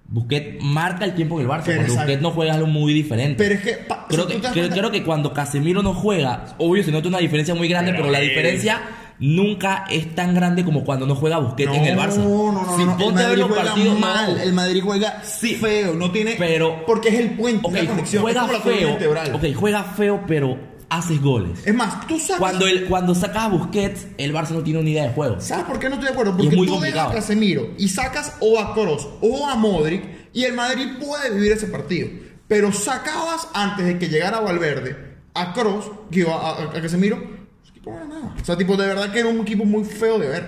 Speaker 3: Busquets marca el tiempo en el Barça.
Speaker 2: Pero
Speaker 3: porque
Speaker 2: exacto.
Speaker 3: Busquets no juega algo muy diferente.
Speaker 2: Pero es que... pa- si
Speaker 3: creo, que,
Speaker 2: tú te das
Speaker 3: creo,
Speaker 2: cuenta-
Speaker 3: creo que cuando Casemiro no juega, obvio se nota una diferencia muy grande, pero, la diferencia nunca es tan grande como cuando no juega Busquets en el Barça.
Speaker 2: No, no, no.
Speaker 3: si
Speaker 2: no, el
Speaker 3: ponte a ver
Speaker 2: Madrid
Speaker 3: los
Speaker 2: juega
Speaker 3: partidos no.
Speaker 2: mal. El Madrid juega feo. No tiene.
Speaker 3: Pero-
Speaker 2: Porque es el puente.
Speaker 3: Ok,
Speaker 2: la conexión.
Speaker 3: juega
Speaker 2: es como la columna
Speaker 3: feo.
Speaker 2: vertebral.
Speaker 3: Ok, juega feo, pero haces goles.
Speaker 2: Es más, tú sabes.
Speaker 3: Cuando, el, cuando sacas a Busquets, el Barça no tiene una idea de juego.
Speaker 2: ¿Sabes por qué no estoy de acuerdo?
Speaker 3: Y
Speaker 2: Porque
Speaker 3: es muy
Speaker 2: tú dejas a
Speaker 3: complicado.
Speaker 2: Casemiro y sacas o a Kroos o a Modric y el Madrid puede vivir ese partido. Pero sacabas antes de que llegara Valverde a Kroos, que a, a, a Casemiro, ese equipo no era nada. O sea, tipo, de verdad que era un equipo muy feo de ver.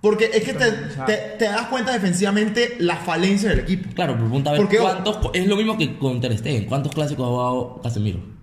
Speaker 2: Porque es que te, te, te das cuenta defensivamente la falencia del equipo.
Speaker 3: Claro, pero punta a ver
Speaker 2: Porque-
Speaker 3: cuántos. Es lo mismo que con Ter Stegen. ¿Cuántos clásicos ha jugado Casemiro?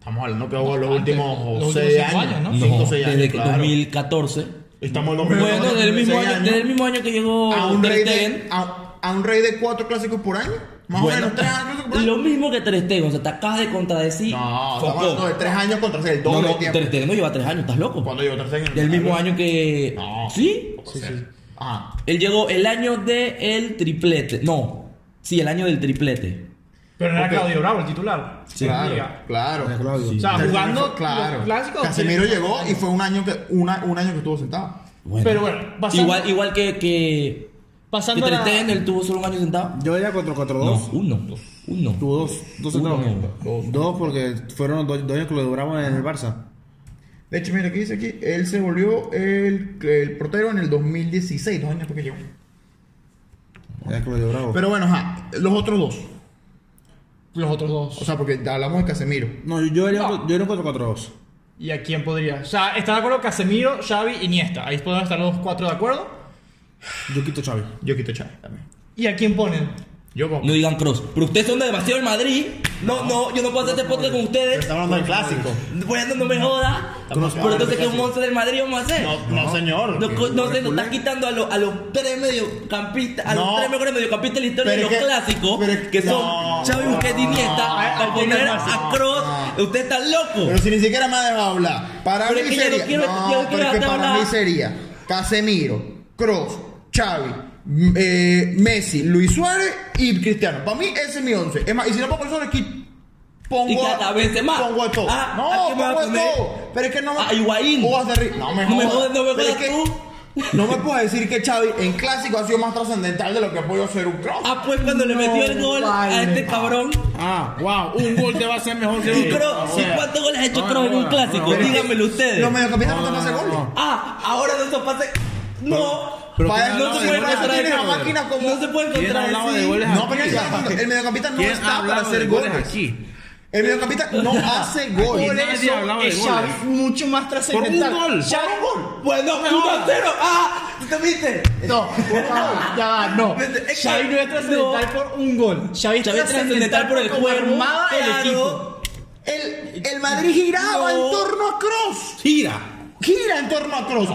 Speaker 2: Estamos hablando que hago los
Speaker 1: antes,
Speaker 2: últimos
Speaker 1: los últimos
Speaker 2: 6
Speaker 1: cinco
Speaker 2: años,
Speaker 1: años, ¿no?
Speaker 2: ¿no? 5 o 6 años.
Speaker 3: desde que
Speaker 2: claro.
Speaker 3: 2014.
Speaker 2: Estamos en los
Speaker 3: Bueno,
Speaker 2: primeros
Speaker 3: desde el, mismo
Speaker 2: seis
Speaker 3: año, desde el mismo año que llegó
Speaker 2: a un
Speaker 3: Ter
Speaker 2: rey de Ah,
Speaker 3: Stegen.
Speaker 2: a, a un rey de cuatro clásicos por año más
Speaker 3: Bueno,
Speaker 2: o menos tres clásicos por año
Speaker 3: lo mismo que Ter Stegen. O sea, te acabas de contradecir.
Speaker 2: no
Speaker 3: Focó.
Speaker 2: estamos hablando de tres años contra seis el
Speaker 3: No,
Speaker 2: doble
Speaker 3: no,
Speaker 2: de tiempo
Speaker 3: Ter Stegen no lleva tres años. ¿Estás loco?
Speaker 2: cuando llegó tercer año
Speaker 3: Del mismo año que...
Speaker 2: no
Speaker 3: ¿Sí?
Speaker 2: sí Ah, sí ajá
Speaker 3: Él llegó el año del el triplete. No. Sí, el año del triplete.
Speaker 1: Pero no era
Speaker 2: Porque-
Speaker 1: Claudio Bravo el titular.
Speaker 2: claro claro
Speaker 4: Claudio.
Speaker 1: O sea,
Speaker 2: Tercer
Speaker 1: jugando
Speaker 2: año, claro
Speaker 1: los clásicos.
Speaker 2: Casemiro llegó y fue un año que una, un año que estuvo sentado
Speaker 3: Bueno.
Speaker 1: Pero bueno, pasando-
Speaker 3: igual, igual que... que
Speaker 1: Pasando
Speaker 3: que
Speaker 1: a la-
Speaker 3: Ter Stegen, él tuvo solo un año sentado.
Speaker 4: Yo era
Speaker 3: No,
Speaker 4: 4-4-2.
Speaker 3: uno. Uno.
Speaker 4: Tuvo dos. Dos centavos.
Speaker 3: Uno.
Speaker 4: Dos. porque fueron dos, dos años que lo duramos en el Barça.
Speaker 2: de hecho mira aquí dice aquí él se volvió el, el portero en el 2016 dos años después que llegó
Speaker 4: Ya que lo duramos.
Speaker 2: pero bueno ajá los otros dos
Speaker 1: Los otros dos.
Speaker 2: o sea porque hablamos de Casemiro
Speaker 4: no, yo, yo era,
Speaker 1: No.
Speaker 4: yo era 4-4-2.
Speaker 1: ¿Y a quién podría? O sea, ¿están de acuerdo Casemiro, Xavi, Iniesta? Ahí pueden estar los cuatro de acuerdo.
Speaker 4: Yo quito Xavi.
Speaker 2: yo quito Chávez también
Speaker 1: ¿Y a quién ponen?
Speaker 2: yo pongo-
Speaker 3: No digan cross. Pero ustedes son de demasiado el Madrid. No, no, yo no puedo hacer este podcast con
Speaker 2: Pero
Speaker 3: ustedes.
Speaker 2: estamos hablando del clásico.
Speaker 3: Bueno, no me joda.
Speaker 2: Estamos
Speaker 3: Pero entonces, ¿qué
Speaker 2: hablando
Speaker 3: un monstruo del Madrid vamos a hacer?
Speaker 2: No, no, señor.
Speaker 3: No, co- no se nos están quitando a, los- a los tres mediocampistas, a
Speaker 2: No.
Speaker 3: los tres mejores mediocampistas de la historia
Speaker 2: Pero
Speaker 3: de
Speaker 2: es
Speaker 3: los
Speaker 2: que-
Speaker 3: clásicos,
Speaker 2: pero es que-
Speaker 3: que son
Speaker 2: no,
Speaker 3: Xavi Busquets y Iniesta, para poner a Kroos. Usted está
Speaker 2: Pero
Speaker 3: loco.
Speaker 2: si ni siquiera me ha dejado hablar. Para
Speaker 3: Pero es
Speaker 2: mí
Speaker 3: que yo no
Speaker 2: sería.
Speaker 3: quiero- yo
Speaker 2: pero
Speaker 3: no quiero
Speaker 2: es que
Speaker 3: dejarte
Speaker 2: para
Speaker 3: hablar.
Speaker 2: mí sería Casemiro, Cross, Xavi, m- eh, Messi, Luis Suárez y Cristiano. Para mí ese es mi once. Es más, y si no pongo el Suárez aquí. Pongo
Speaker 3: Y
Speaker 2: a-
Speaker 3: cada vez es más.
Speaker 2: Pongo a todo.
Speaker 3: Ah,
Speaker 2: no,
Speaker 3: ¿a qué me vas a
Speaker 2: pongo a
Speaker 3: poner?
Speaker 2: todo. Pero es que no me.
Speaker 3: A Higuaín.
Speaker 2: O a Cerri- No me
Speaker 3: No me
Speaker 2: jodas.
Speaker 3: jodas, no me
Speaker 2: Pero es
Speaker 3: jodas
Speaker 2: que No me puedes decir que Xavi en clásico ha sido más trascendental de lo que ha podido ser un Cross.
Speaker 3: Ah, pues cuando le metió el gol a este cabrón.
Speaker 4: Ah, wow. Un gol te va a ser mejor que
Speaker 3: Y
Speaker 4: otro. Ah,
Speaker 3: Kroos, ¿sí ¿cuántos goles ha hecho Kroos en un clásico? Díganmelo ustedes.
Speaker 2: Los mediocampistas no, te pasan goles.
Speaker 3: Ah, ahora no se pase. No. Ah,
Speaker 4: Pero
Speaker 2: Para
Speaker 4: ¿quién
Speaker 2: eso
Speaker 3: no
Speaker 4: hablaba de
Speaker 3: se puede
Speaker 4: goles?
Speaker 2: eso
Speaker 3: contradecir.
Speaker 2: tienes a máquina como-
Speaker 3: No se puede
Speaker 4: ¿Quién hablaba de
Speaker 3: contradecir.
Speaker 4: goles
Speaker 2: No, pero
Speaker 4: aquí?
Speaker 2: el mediocampista no
Speaker 4: ¿Quién
Speaker 2: está para
Speaker 4: hablaba de
Speaker 2: hacer
Speaker 4: goles
Speaker 2: goles.
Speaker 4: aquí?
Speaker 2: El mediocampista no hace
Speaker 1: Por
Speaker 2: goles.
Speaker 4: nadie
Speaker 1: eso
Speaker 4: hablaba de
Speaker 1: es
Speaker 4: goles.
Speaker 1: Xavi mucho más
Speaker 4: Por un
Speaker 1: trascendental.
Speaker 4: gol.
Speaker 1: Xavi-
Speaker 3: Bueno, 1 a 0. Ah, ¿tú te viste?
Speaker 1: No, por favor, ya va, no.
Speaker 3: Es que-
Speaker 1: Xavi no es trascendental por un gol. Xavi es
Speaker 3: Xavi es trascendental por el
Speaker 1: como
Speaker 3: juego.
Speaker 1: armada del
Speaker 3: claro.
Speaker 1: equipo.
Speaker 2: El, el Madrid giraba
Speaker 3: No.
Speaker 2: en torno a Cross.
Speaker 4: Gira.
Speaker 2: Gira en torno a Cross.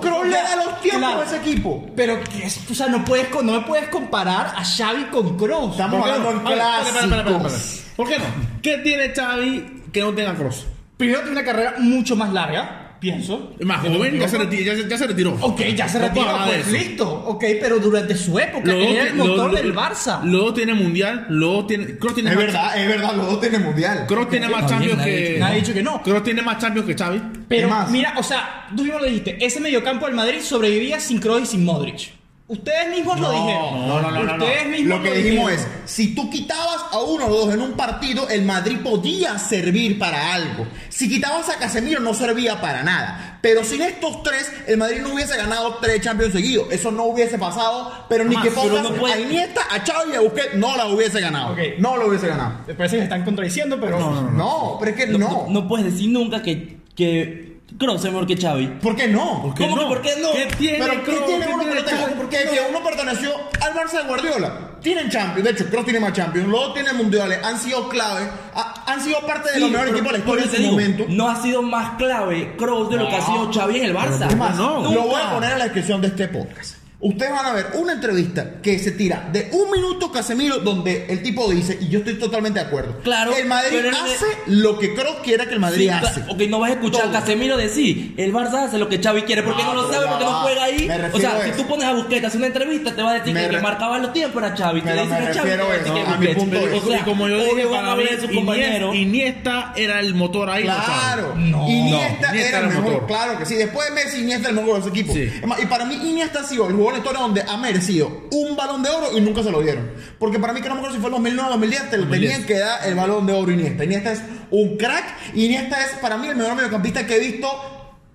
Speaker 2: Kroos le da los tiempos
Speaker 1: Claro.
Speaker 2: a ese equipo.
Speaker 1: Pero, que es- o sea, no, puedes, con- no me puedes comparar a Xavi con Kroos.
Speaker 2: Estamos hablando en
Speaker 4: A ver, espera, espera, espera, espera,
Speaker 2: clásicos.
Speaker 4: espera. ¿Por qué no? ¿Qué tiene Xavi que no tenga Cross?
Speaker 1: Primero tiene una carrera mucho más larga, pienso.
Speaker 4: Es más joven, ya se, reti- ya se- ya se retiró.
Speaker 1: Ok, ya se
Speaker 4: No
Speaker 1: retiró,
Speaker 4: puedo hablar de
Speaker 1: pues
Speaker 4: eso.
Speaker 1: listo. Ok, pero durante su época
Speaker 4: Los dos
Speaker 1: era el
Speaker 4: tiene-
Speaker 1: motor
Speaker 4: los-
Speaker 1: del
Speaker 4: los-
Speaker 1: Barça.
Speaker 4: Luego tiene mundial, luego tiene. Cross tiene
Speaker 2: Es
Speaker 4: más-
Speaker 2: verdad, es verdad, los dos tienen mundial.
Speaker 4: Kroos tiene más
Speaker 3: No,
Speaker 4: champions
Speaker 3: nadie-
Speaker 4: que.
Speaker 1: nadie ha dicho que no.
Speaker 4: Kroos tiene más champions que Xavi.
Speaker 1: Pero
Speaker 2: Es más-
Speaker 1: mira, o sea, tú mismo lo dijiste, ese mediocampo del Madrid sobrevivía sin Kroos y sin Modric. Ustedes mismos lo dijeron.
Speaker 2: No, no, no, no, no.
Speaker 1: Ustedes mismos
Speaker 2: Lo que dijimos es,
Speaker 1: dijeron.
Speaker 2: si tú quitabas a uno o dos en un partido, el Madrid podía servir para algo. Si quitabas a Casemiro no servía para nada. Pero sin estos tres, el Madrid no hubiese ganado tres Champions seguidos. Eso no hubiese pasado, pero ni
Speaker 3: Jamás,
Speaker 2: que
Speaker 3: pero
Speaker 2: pongas
Speaker 3: no puede-
Speaker 2: a Iniesta, a Xavi y a Busquets, no la hubiese ganado.
Speaker 1: Ok.
Speaker 2: No la hubiese ganado.
Speaker 1: Me parece que se están contradiciendo, pero...
Speaker 2: No, pero es que no.
Speaker 3: No, no, no puedes decir nunca que, que Kroos es mejor que Xavi.
Speaker 2: ¿Por qué no?
Speaker 4: qué
Speaker 3: ¿Cómo que
Speaker 4: no?
Speaker 3: por qué no?
Speaker 4: ¿Qué tiene
Speaker 2: ¿Pero qué
Speaker 4: Kroos?
Speaker 2: tiene
Speaker 4: ¿Qué
Speaker 2: uno que
Speaker 4: tiene
Speaker 2: no tenga?
Speaker 4: Xavi?
Speaker 2: Porque que uno perteneció al Barça de Guardiola tienen Champions, de hecho, Kroos tiene más Champions, luego tiene Mundiales, han sido clave, ha- han sido parte de los
Speaker 3: Sí,
Speaker 2: mejores
Speaker 3: pero-
Speaker 2: equipos de la
Speaker 3: pero
Speaker 2: historia en
Speaker 3: te
Speaker 2: su
Speaker 3: digo,
Speaker 2: momento.
Speaker 3: No ha sido más clave Kroos de lo que ha sido Xavi en el Barça.
Speaker 2: Es más,
Speaker 4: no.
Speaker 2: lo voy a
Speaker 3: Nunca.
Speaker 2: poner en la descripción de este podcast. Ustedes van a ver una entrevista que se tira de un minuto Casemiro, donde el tipo dice, y yo estoy totalmente de acuerdo.
Speaker 3: Claro,
Speaker 2: El Madrid
Speaker 3: pero él-
Speaker 2: hace lo que Kroos quiera que el Madrid
Speaker 3: Sí,
Speaker 2: hace.
Speaker 3: claro, ok, no vas a escuchar
Speaker 2: Todo.
Speaker 3: a Casemiro decir, el Barça hace lo que Xavi quiere, porque
Speaker 2: No,
Speaker 3: no, lo
Speaker 2: pero
Speaker 3: sabe,
Speaker 2: ya
Speaker 3: porque
Speaker 2: va.
Speaker 3: no juega ahí.
Speaker 2: Me
Speaker 3: O
Speaker 2: refiero
Speaker 3: sea,
Speaker 2: a
Speaker 3: si
Speaker 2: eso.
Speaker 3: tú pones a Busquets a hacer una entrevista, te va a decir
Speaker 2: Me
Speaker 3: que,
Speaker 2: re-
Speaker 3: marcaban marcaba los tiempos era Xavi. Te
Speaker 2: Pero
Speaker 3: dicen
Speaker 2: me
Speaker 3: que
Speaker 2: refiero a
Speaker 3: Xavi,
Speaker 2: eso,
Speaker 3: que
Speaker 2: a mi
Speaker 3: Busquets.
Speaker 2: punto
Speaker 3: Pero,
Speaker 2: es-
Speaker 4: Y
Speaker 3: o sea,
Speaker 4: como yo
Speaker 3: todos
Speaker 4: dije,
Speaker 3: van a
Speaker 4: para mí,
Speaker 3: ver a sus
Speaker 4: Iniesta,
Speaker 3: compañeros.
Speaker 4: Iniesta era el motor ahí.
Speaker 2: Claro.
Speaker 4: no,
Speaker 1: No.
Speaker 2: Iniesta
Speaker 4: No, Iniesta
Speaker 2: era
Speaker 4: era
Speaker 2: el mejor.
Speaker 4: motor.
Speaker 2: Claro que sí. Después de Messi, Iniesta era el mejor de los equipos.
Speaker 4: Sí.
Speaker 2: Es más, Y para mí, Iniesta ha sido el jugador de la historia donde ha merecido un balón de oro y nunca se lo dieron. Porque para mí, que no me acuerdo si fue el 2009 o 2010, te lo
Speaker 4: 2010.
Speaker 2: tenían que dar el balón de oro Iniesta. Iniesta es un crack. Iniesta es para mí el mejor mediocampista que he visto.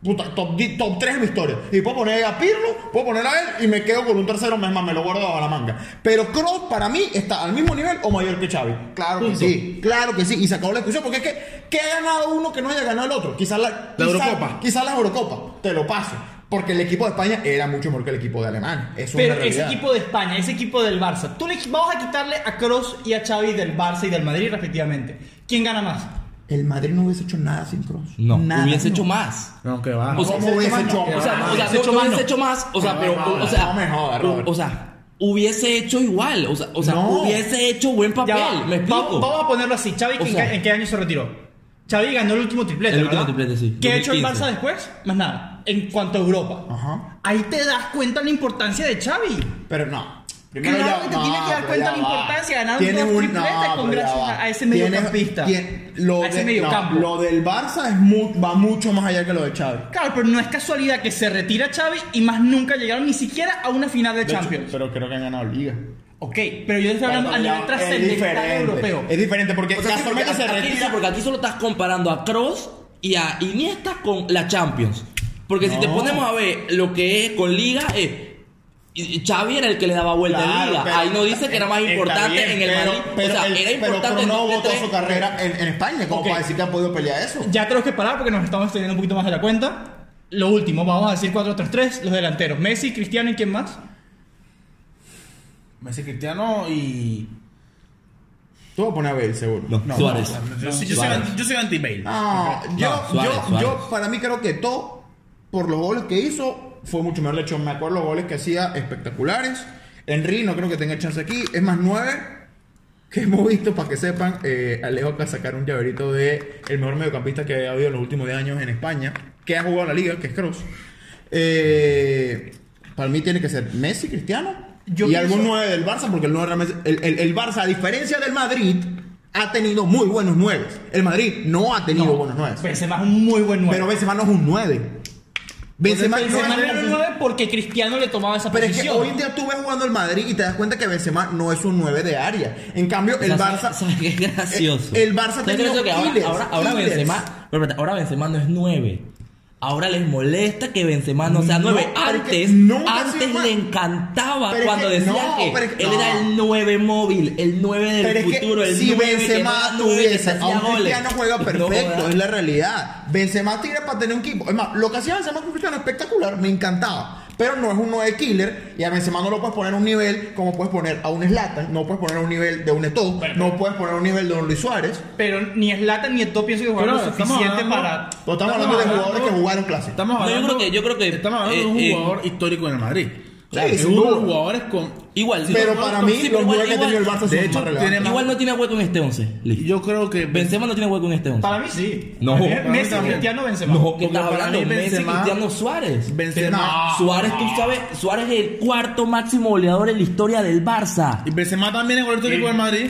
Speaker 2: Puta, top, di- top 3 de mi historia. Y puedo poner a Pirlo, puedo poner a él y me quedo con un tercero, es más, me lo guardo bajo la manga. Pero Kroos para mí está al mismo nivel o mayor que Xavi. Claro que
Speaker 1: Punto.
Speaker 2: sí. Claro que sí, y se acabó la discusión, porque es que, ¿qué ha ganado uno que no haya ganado el otro? Quizás la,
Speaker 4: La
Speaker 2: quizás-
Speaker 4: Eurocopa.
Speaker 2: Quizás la Eurocopa, te lo paso. Porque el equipo de España era mucho mejor que el equipo de Alemania. Es una
Speaker 1: Pero ese
Speaker 2: realidad.
Speaker 1: equipo de España, ese equipo del Barça, tú le, vamos a quitarle a Kroos y a Xavi del Barça y del Madrid respectivamente. ¿Quién gana más?
Speaker 2: El Madrid no hubiese hecho nada sin Kroos.
Speaker 3: No,
Speaker 2: Nada,
Speaker 3: hubiese
Speaker 2: no.
Speaker 3: hecho más.
Speaker 4: No, que va.
Speaker 3: O sea,
Speaker 2: ¿Cómo hubiese hecho
Speaker 3: O sea,
Speaker 2: más?
Speaker 3: o sea,
Speaker 1: Hubiese
Speaker 3: no,
Speaker 1: hecho
Speaker 3: no
Speaker 1: más,
Speaker 3: hubiese
Speaker 1: no.
Speaker 3: hecho más, o sea,
Speaker 2: No,
Speaker 3: pero,
Speaker 2: no,
Speaker 3: o-
Speaker 2: no,
Speaker 3: o sea,
Speaker 2: no me jodas, Robert.
Speaker 3: o sea, hubiese hecho igual, o sea, o sea,
Speaker 2: No.
Speaker 3: hubiese hecho buen papel,
Speaker 1: Ya va, Vamos,
Speaker 3: me explico.
Speaker 1: vamos a ponerlo así. ¿Xavi
Speaker 3: O
Speaker 1: ¿en,
Speaker 3: sea-
Speaker 1: qué, en qué año se retiró? Xavi ganó el último triplete,
Speaker 3: El último
Speaker 1: ¿verdad?
Speaker 3: triplete, sí,
Speaker 1: ¿Qué ha hecho el
Speaker 3: 2015.
Speaker 1: Barça después? Más nada. En cuanto a Europa.
Speaker 2: Ajá.
Speaker 1: Ahí te das cuenta la importancia de Xavi.
Speaker 2: Pero no.
Speaker 1: Claro
Speaker 2: ya-
Speaker 1: que te tienes que dar
Speaker 2: pero
Speaker 1: cuenta la
Speaker 2: ya va.
Speaker 1: importancia, ganar
Speaker 2: Tienes
Speaker 1: dos
Speaker 2: un-
Speaker 1: tripletes
Speaker 2: no,
Speaker 1: con
Speaker 2: pero ya
Speaker 1: gracias
Speaker 2: va.
Speaker 1: a ese
Speaker 2: Tienes-
Speaker 1: mediocampista.
Speaker 2: tien- lo
Speaker 1: A ese
Speaker 2: de- no,
Speaker 1: mediocampo.
Speaker 2: Lo del Barça es mu- va mucho más allá que lo de Xavi.
Speaker 1: Claro, pero no es casualidad que se retira Xavi y más nunca llegaron ni siquiera a una final de,
Speaker 2: De hecho,
Speaker 1: Champions.
Speaker 2: Pero creo que han ganado Liga.
Speaker 1: ok, pero yo estoy hablando a
Speaker 2: Bueno,
Speaker 1: nivel
Speaker 2: ya,
Speaker 1: trascendental europeo.
Speaker 2: Es diferente porque
Speaker 3: O sea, sí, porque
Speaker 2: casualmente se
Speaker 3: aquí-
Speaker 2: retira.
Speaker 3: sí, porque aquí solo estás comparando a Cross y a Iniesta con la Champions. Porque si te
Speaker 2: No.
Speaker 3: ponemos a ver lo que es con Liga, eh, y- y Xavi era el que Pues le daba vuelta en
Speaker 2: Claro,
Speaker 3: Liga.
Speaker 2: pero-
Speaker 3: Ahí no dice que era más
Speaker 2: Está
Speaker 3: importante
Speaker 2: bien,
Speaker 3: en el
Speaker 2: pero-
Speaker 3: Madrid.
Speaker 2: Pero,
Speaker 3: o sea,
Speaker 2: el-
Speaker 3: era
Speaker 2: pero
Speaker 3: importante en
Speaker 2: Kroos
Speaker 3: dos de
Speaker 2: votó
Speaker 3: tres.
Speaker 2: su carrera en, en España, como
Speaker 1: Ok.
Speaker 2: para decir que ha podido pelear eso.
Speaker 1: Ya tenemos que parar porque nos estamos extendiendo un poquito más de la cuenta. Lo último, vamos a decir 4-3-3, los delanteros. Messi, Cristiano y quién más.
Speaker 4: Messi Cristiano y.
Speaker 2: Tú vas a poner a Bale, seguro.
Speaker 3: No,
Speaker 4: No,
Speaker 3: Suárez.
Speaker 4: no, Ah. yo, soy- yo soy,
Speaker 3: Suárez.
Speaker 4: anti- yo soy anti-Bale.
Speaker 2: No, Ah, yo,
Speaker 3: Suárez,
Speaker 2: yo,
Speaker 3: Suárez.
Speaker 2: yo, para mí creo que todo, por los goles que hizo, fue mucho mejor. De hecho, me acuerdo los goles que hacía espectaculares. Henry no creo que tenga chance aquí. Es más, nueve que hemos visto, para que sepan, eh, Alejo acaba de sacar un llaverito de el mejor mediocampista que ha habido en los últimos 10 años en España, que ha jugado la liga, que es Kroos. Eh, para mí tiene que ser Messi, Cristiano,
Speaker 1: Yo
Speaker 2: y
Speaker 1: pienso-
Speaker 2: algún 9 del Barça, porque el, nueve realmente- el, el- el Barça, a diferencia del Madrid, ha tenido muy buenos 9. El Madrid no ha tenido buenos 9.
Speaker 1: Benzema es un muy buen 9.
Speaker 2: Pero Benzema no es un 9. Benzema, no es
Speaker 1: Pues Benzema
Speaker 2: un
Speaker 1: era un 9 porque Cristiano le tomaba esa
Speaker 2: pero es que
Speaker 1: posición.
Speaker 2: hoy en día tú ves jugando el Madrid y te das cuenta que Benzema no es un 9 de área. En cambio,
Speaker 3: O sea,
Speaker 2: el Barça.
Speaker 3: ¿sabes- sabes qué es gracioso.
Speaker 2: El, el Barça ha
Speaker 3: ¿Sabes qué
Speaker 2: tenido
Speaker 3: gracioso? que ahora,
Speaker 2: killers,
Speaker 3: ahora, ahora
Speaker 2: killers.
Speaker 3: Benzema, pero espérate, ahora Benzema no es 9. Ahora les molesta que Benzema no sea
Speaker 2: No,
Speaker 3: 9.
Speaker 2: pero es que
Speaker 3: antes
Speaker 2: nunca ha sido
Speaker 3: antes
Speaker 2: más.
Speaker 3: le encantaba
Speaker 2: Pero es
Speaker 3: cuando
Speaker 2: que
Speaker 3: decían
Speaker 2: no,
Speaker 3: que
Speaker 2: pero es que
Speaker 3: él
Speaker 2: no.
Speaker 3: era el 9 móvil, el 9 del
Speaker 2: Pero es que
Speaker 3: futuro, el
Speaker 2: si
Speaker 3: 9 que
Speaker 2: Benzema
Speaker 3: no era 9 que
Speaker 2: tuviese
Speaker 3: hacía
Speaker 2: a un
Speaker 3: goles.
Speaker 2: Cristiano juega
Speaker 3: No
Speaker 2: perfecto,
Speaker 3: jodas.
Speaker 2: es la realidad. Benzema tira para tener un equipo. Es más, lo que hacía Benzema con Cristiano espectacular, me encantaba. Pero no es un 9 killer y a Benzema no lo puedes poner a un nivel como puedes poner a un Zlatan, no puedes poner a un nivel de un Eto'o,
Speaker 1: Pero-
Speaker 2: no puedes poner a un nivel de un Luis Suárez.
Speaker 1: Pero ni Zlatan ni Eto'o pienso que jugaron lo
Speaker 4: Pero estamos
Speaker 1: suficiente
Speaker 4: hablando-
Speaker 1: para...
Speaker 2: Pero estamos hablando de jugadores que jugaron clásico.
Speaker 3: No,
Speaker 4: Estamos
Speaker 3: yo
Speaker 4: hablando,
Speaker 3: creo que- yo creo que,
Speaker 4: Estamos hablando de un
Speaker 3: eh, eh,
Speaker 4: jugador histórico en el Madrid. O sea,
Speaker 2: Sí,
Speaker 4: es
Speaker 2: sin
Speaker 4: uno de los
Speaker 2: duda.
Speaker 4: jugadores con.
Speaker 3: Igual, sí,
Speaker 2: Pero
Speaker 3: no,
Speaker 2: para
Speaker 3: no,
Speaker 2: mí,
Speaker 3: sí, pero
Speaker 2: los
Speaker 3: igual-
Speaker 2: nueve que ha tenido el
Speaker 3: igual-
Speaker 2: Barça
Speaker 4: de
Speaker 2: son
Speaker 4: hecho,
Speaker 2: más relevantes.
Speaker 4: tiene-
Speaker 3: Igual no tiene hueco en este 11. listo.
Speaker 4: Yo creo que.
Speaker 3: Benzema no tiene hueco en este 11.
Speaker 1: Para mí sí.
Speaker 3: No,
Speaker 1: Para mí,
Speaker 4: para mí
Speaker 1: Messi,
Speaker 4: también.
Speaker 1: Cristiano, Benzema.
Speaker 3: No, ¿qué
Speaker 4: Porque
Speaker 3: estás
Speaker 4: para
Speaker 3: hablando?
Speaker 4: mí
Speaker 3: Messi,
Speaker 4: Benzema-
Speaker 3: Cristiano, Suárez.
Speaker 4: Benzema.
Speaker 3: Suárez, tú sabes, Suárez es el cuarto máximo goleador en la historia del Barça.
Speaker 4: Y Benzema también es jugador histórico del Madrid.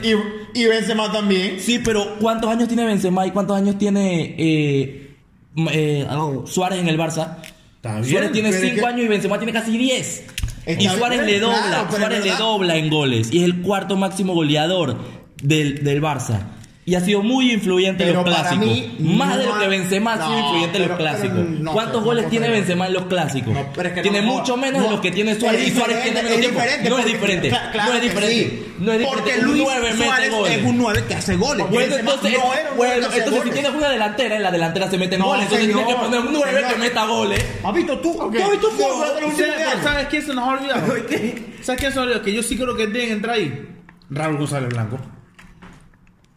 Speaker 2: Y, y Benzema también.
Speaker 3: Sí, pero ¿cuántos años tiene Benzema y cuántos años tiene eh, m- eh, ah, Suárez en el Barça?
Speaker 4: Está bien,
Speaker 3: Suárez tiene
Speaker 2: pero es
Speaker 3: 5
Speaker 2: que-
Speaker 3: años y Benzema tiene casi 10.
Speaker 2: Está
Speaker 3: Y Suárez
Speaker 2: bien,
Speaker 3: le dobla,
Speaker 2: claro, pero es
Speaker 3: Suárez le
Speaker 2: verdad.
Speaker 3: dobla en goles y es el cuarto máximo goleador del, del Barça. Y ha sido muy influyente en
Speaker 2: Pero
Speaker 3: los
Speaker 2: para
Speaker 3: clásicos.
Speaker 2: mí,
Speaker 3: Más de
Speaker 2: no
Speaker 3: lo que
Speaker 2: ha-
Speaker 3: Benzema ha sido
Speaker 2: No,
Speaker 3: influyente en
Speaker 2: pero-
Speaker 3: los
Speaker 2: pero
Speaker 3: clásicos.
Speaker 2: no,
Speaker 3: ¿Cuántos
Speaker 2: no,
Speaker 3: goles
Speaker 2: no,
Speaker 3: tiene
Speaker 2: no.
Speaker 3: Benzema en los clásicos?
Speaker 2: No, pero es que
Speaker 3: tiene
Speaker 2: no,
Speaker 3: mucho
Speaker 2: no.
Speaker 3: menos de
Speaker 2: No,
Speaker 3: lo que tiene
Speaker 2: es
Speaker 3: Suárez. Y Suárez
Speaker 2: diferente,
Speaker 3: tiene menos
Speaker 2: es
Speaker 3: tiempo.
Speaker 2: diferente,
Speaker 3: No es
Speaker 2: porque-
Speaker 3: diferente.
Speaker 2: cla- claro
Speaker 3: no es
Speaker 2: que
Speaker 3: diferente.
Speaker 2: sí.
Speaker 3: No es
Speaker 2: Porque
Speaker 3: un
Speaker 2: Luis
Speaker 3: nueve mete
Speaker 2: Suárez
Speaker 3: goles.
Speaker 2: es un 9 que hace goles.
Speaker 3: Bueno,
Speaker 2: Benzema
Speaker 3: entonces,
Speaker 2: no era un nueve
Speaker 3: bueno,
Speaker 2: que hacía
Speaker 3: entonces si
Speaker 2: goles.
Speaker 3: tienes una delantera, en la delantera se meten
Speaker 2: No,
Speaker 3: goles. Entonces
Speaker 2: señor.
Speaker 3: tienes que poner un 9 que
Speaker 2: Señor.
Speaker 3: meta goles.
Speaker 2: Papito, tú,
Speaker 1: Ok.
Speaker 2: ¿tú has visto fútbol de los
Speaker 4: ¿Sabes-
Speaker 2: últimos años?
Speaker 4: ¿Sabes quién se nos ha olvidado? ¿Sabes quién se nos ha olvidado? Que yo sí creo que tienen que entrar ahí. Raúl González Blanco.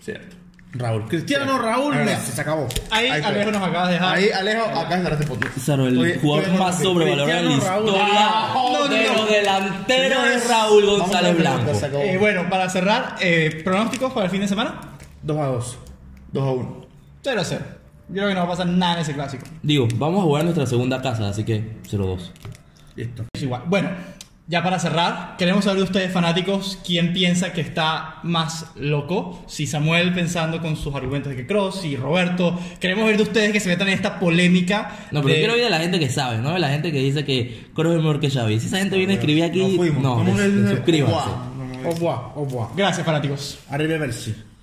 Speaker 3: Cierto.
Speaker 4: Raúl. Cristiano Raúl
Speaker 2: Ah,
Speaker 4: Messi. Se acabó.
Speaker 1: Ahí,
Speaker 2: Ahí fue.
Speaker 1: Alejo nos acabas de dejar.
Speaker 2: Ahí, Alejo, acá estarás de potito.
Speaker 3: Claro, el
Speaker 2: Estoy-
Speaker 3: jugador
Speaker 2: estoy de
Speaker 3: más
Speaker 2: acuerdo contigo.
Speaker 3: sobrevalorado en la
Speaker 4: Cristiano Raúl.
Speaker 3: historia
Speaker 2: Ah,
Speaker 3: de
Speaker 2: no,
Speaker 3: los
Speaker 2: no.
Speaker 3: delanteros
Speaker 2: Señores,
Speaker 3: es Raúl
Speaker 2: vamos a
Speaker 3: González
Speaker 2: la pregunta,
Speaker 3: Blanco.
Speaker 2: se acabó.
Speaker 1: Eh, bueno, para cerrar, eh, pronósticos para el fin de semana.
Speaker 4: 2 a 2.
Speaker 2: 2 a 1.
Speaker 1: 0 a 0. Yo creo que no va a pasar nada en ese clásico.
Speaker 3: Digo, vamos a jugar en nuestra segunda casa, así que 0-2.
Speaker 4: Listo.
Speaker 1: Es igual. Bueno, ya para cerrar, queremos saber de ustedes, fanáticos, quién piensa que está más loco. Si Samuel pensando con sus argumentos de que Cross, si Roberto. Queremos ver de ustedes que se metan en esta polémica.
Speaker 3: No, pero
Speaker 1: de-
Speaker 3: quiero oír a la gente que sabe, ¿no? De La gente que dice que Kroos es mejor que Xavi. Si esa gente viene a escribir aquí,
Speaker 2: fuimos.
Speaker 3: no,
Speaker 2: Vamos a
Speaker 3: des-
Speaker 2: ver-
Speaker 3: suscríbanse.
Speaker 2: Guau.
Speaker 4: Au revoir, au revoir.
Speaker 1: Gracias, fanáticos.
Speaker 4: Arriba Messi.